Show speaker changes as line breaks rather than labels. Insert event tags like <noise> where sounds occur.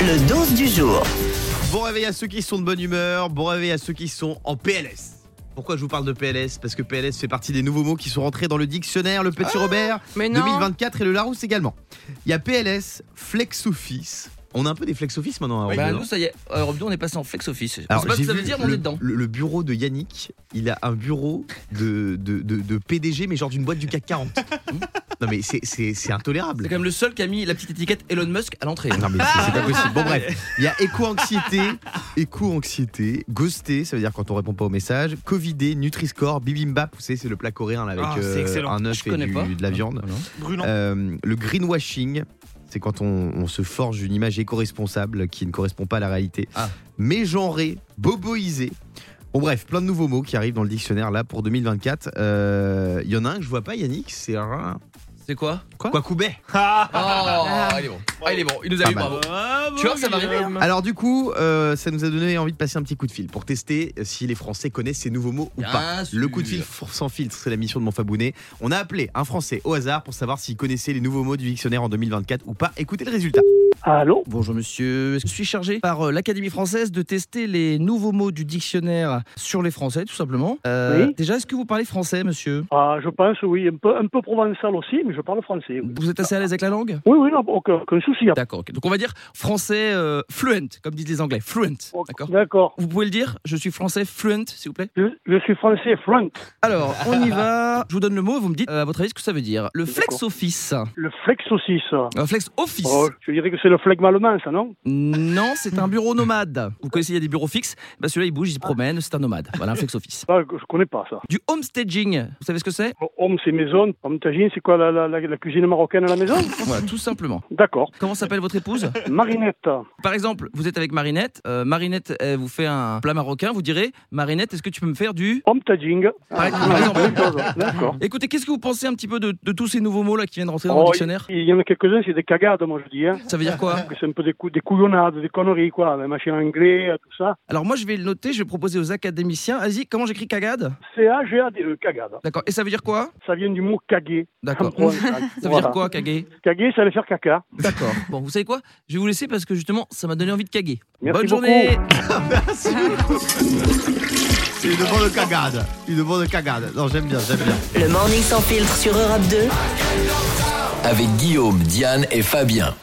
Le 12 du jour.
Ah,
Bon réveil à ceux qui sont de bonne humeur, bon réveil à ceux qui sont en PLS. Pourquoi je vous parle de PLS Parce que PLS fait partie des nouveaux mots qui sont rentrés dans le dictionnaire, le
Ah,
Petit Robert
mais non.
2024 et le Larousse également. Il y a PLS, flex office. On a un peu des flex office maintenant. à Europe
Bah,
deux,
nous,
hein.
ça y est, à Europe 2, on est passé en flex office. Je
Alors,
sais pas ce
j'ai
que ça veut
vu
dire, mais on
le,
est dedans.
le- le bureau de Yannick, il a un bureau de, de, de- de PDG, mais genre d'une boîte du CAC 40.
<laughs>
non mais c'est- c'est c'est
C'est
intolérable.
quand même le seul qui a mis la petite étiquette Elon Musk à l'entrée.
Ah Non mais c'est- c'est pas possible. Bon bref, il y a éco-anxiété, éco-anxiété, ghosté, ça veut dire quand on répond pas au message, covidé, nutriscore, bibimbap, vous savez c'est le plat coréen là, avec
Ah, c'est
euh,
excellent.
un
Je
œuf et
connais
du-
pas.
de la viande.
Brûlant.
Euh, le greenwashing, c'est quand on, on se forge une image éco-responsable qui ne correspond pas à la réalité.
Ah.
Mégenré, boboisé. Bon bref, plein de nouveaux mots qui arrivent dans le dictionnaire là pour 2024. Euh, Il y en a un que je vois pas Yannick, c'est un...
C'est quoi
Quoi Kwakoubet.
oh, ah, il est bon. Ah, il est bon. Il nous a
Pas
eu,
mal.
bravo. Tu vois, ça va arriver, hein.
Alors du coup, euh, ça nous a donné envie de passer un petit coup de fil pour tester si les Français connaissent ces nouveaux mots ou
Bien
pas.
sûr.
Le coup de fil f- sans filtre, c'est la mission de mon fabounet. On a appelé un Français au hasard pour savoir s'il connaissait les nouveaux mots du dictionnaire en 2024 ou pas. Écoutez le résultat.
Allô
Bonjour monsieur, je suis chargé par euh, l'Académie française de tester les nouveaux mots du dictionnaire sur les Français, tout simplement. Euh,
Oui.
Déjà, est-ce que vous parlez français, monsieur
Ah, Je pense, oui, un peu, un peu provençal aussi, mais je parle français. Oui,
Vous êtes assez à l'aise avec la langue
oui, oui non, aucun, aucun souci.
D'accord, ok. donc on va dire français euh, fluent, comme disent les Anglais, fluent. D'accord
D'accord.
Vous pouvez le dire Je suis français fluent, s'il vous plaît
Je, je suis français, Frank.
Alors, on y va. <laughs> Je vous donne le mot et vous me dites, euh, à votre avis, ce que ça veut dire. Le
D'accord.
flex office.
Le flex saucisse.
Un flex office
Oh, je dirais que c'est le flegme allemand, ça, non
Non, c'est un bureau nomade. Vous connaissez, il y a des bureaux fixes. Bah, Celui-là, il bouge, il se promène, c'est un nomade. Voilà, un flex office.
Ah, Je connais pas ça.
Du homestaging, vous savez ce que c'est
Oh, Homme, c'est maison. Homme tagine, c'est quoi la, la- la- la cuisine marocaine à la maison
Voilà, tout simplement.
D'accord.
Comment s'appelle votre épouse
Marinette.
Par exemple, vous êtes avec Marinette. euh, Marinette, elle vous fait un plat marocain. Vous direz, Marinette, est-ce que tu peux me faire du...
Homme tagine.
Par par
Ah,
exemple.
bonne chose. D'accord.
Écoutez, qu'est-ce que vous pensez un petit peu de, de tous ces nouveaux mots là qui viennent rentrer dans le
Oh,
dictionnaire
il il y en a quelques-uns, c'est des cagades, moi, je dis. Hein.
Ça veut dire quoi
Que C'est un peu des, cou- des couillonnades, des conneries, quoi. Les machines anglais, tout ça.
Alors moi, je vais le noter, je vais proposer aux académiciens. Allez-y, comment j'écris cagade
C-A-G-A-D-E, E, cagade.
D'accord. Et ça veut dire quoi
Ça vient du mot caguer.
D'accord.
En provençal.
<laughs> Ça veut
Voilà.
dire quoi, caguer
Caguer, ça veut faire caca.
D'accord. Bon, vous savez quoi Je vais vous laisser parce que justement, ça m'a donné envie de caguer.
Merci
Bonne
beaucoup.
journée
C'est une bande de cagade. Une bande de cagade. Non, j'aime bien, j'aime bien.
Le morning sans filtre sur Europe 2.
avec Guillaume, Diane et Fabien.